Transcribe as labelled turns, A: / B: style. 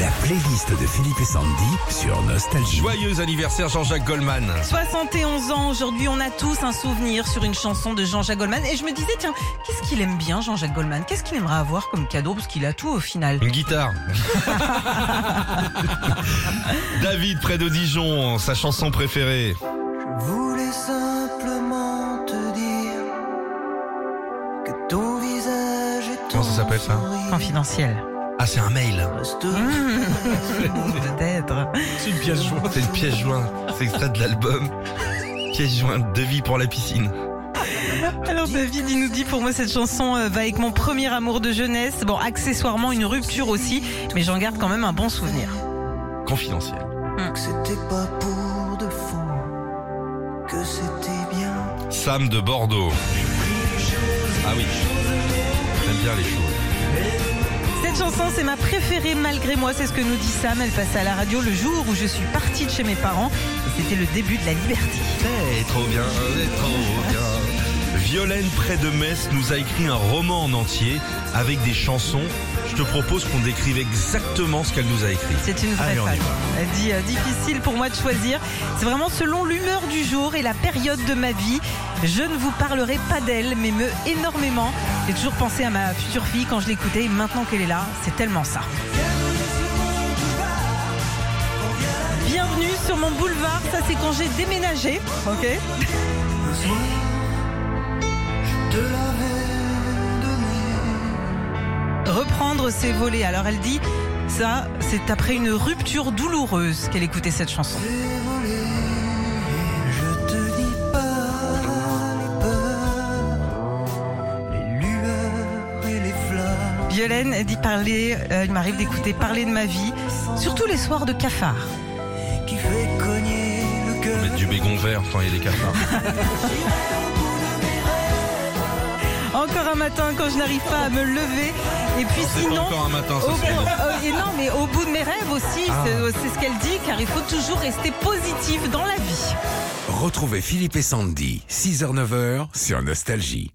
A: La playlist de Philippe et Sandy sur Nostalgie.
B: Joyeux anniversaire Jean-Jacques Goldman.
C: 71 ans, aujourd'hui on a tous un souvenir sur une chanson de Jean-Jacques Goldman et je me disais tiens, qu'est-ce qu'il aime bien Jean-Jacques Goldman Qu'est-ce qu'il aimerait avoir comme cadeau parce qu'il a tout au final.
B: Une guitare. David près de Dijon, sa chanson préférée.
D: voulais simplement te dire que ton visage est
B: Comment ça s'appelle, ça Mmh.
C: Confidentiel.
B: Ah c'est un mail.
C: Peut-être.
B: C'est une pièce jointe. C'est une pièce jointe. C'est extrait de l'album. Pièce jointe, devis pour la piscine.
C: Alors David, il nous dit pour moi cette chanson euh, va avec mon premier amour de jeunesse. Bon, accessoirement une rupture aussi, mais j'en garde quand même un bon souvenir.
B: Confidentiel.
D: C'était pas pour de faux, que c'était bien.
B: Sam de Bordeaux. Ah oui. J'aime bien les choses.
C: Cette chanson, c'est ma préférée malgré moi, c'est ce que nous dit Sam. Elle passe à la radio le jour où je suis partie de chez mes parents et c'était le début de la liberté.
B: C'est Eh, trop bien, c'est trop bien. Violaine près de Metz nous a écrit un roman en entier avec des chansons. Je te propose qu'on décrive exactement ce qu'elle nous a écrit.
C: C'est une vraie
B: Allez, on y
C: fan.
B: va.
C: Elle dit euh, difficile pour moi de choisir. C'est vraiment selon l'humeur du jour et la période de ma vie. Je ne vous parlerai pas d'elle, mais me énormément. J'ai toujours pensé à ma future fille quand je l'écoutais. Et maintenant qu'elle est là, c'est tellement ça. Bienvenue sur mon boulevard. Ça, c'est quand j'ai déménagé. Ok.
D: Un soir, je te l'avais donné.
C: Reprendre ses volets. Alors elle dit, ça, c'est après une rupture douloureuse qu'elle écoutait cette chanson.
D: J'ai volé, et je te dis pas les peurs, les lueurs et les flammes.
C: Violaine elle dit parler, euh, il m'arrive d'écouter parler de ma vie, surtout les soirs de cafard.
D: qui fait cogner le cœur.
B: Mettre du bégon vert quand il y a des cafards.
C: Encore un matin quand je n'arrive pas à me lever. Et puis
B: Oh, C'est pas
C: sinon.
B: encore un matin,
C: Au
B: ça
C: bout,
B: c'est
C: euh, et non, mais au bout de mes rêves aussi,
B: Ah.
C: c'est- euh, c'est ce qu'elle dit, car il faut toujours rester positif dans la vie.
A: Retrouvez Philippe et Sandy, 6h-9h sur Nostalgie.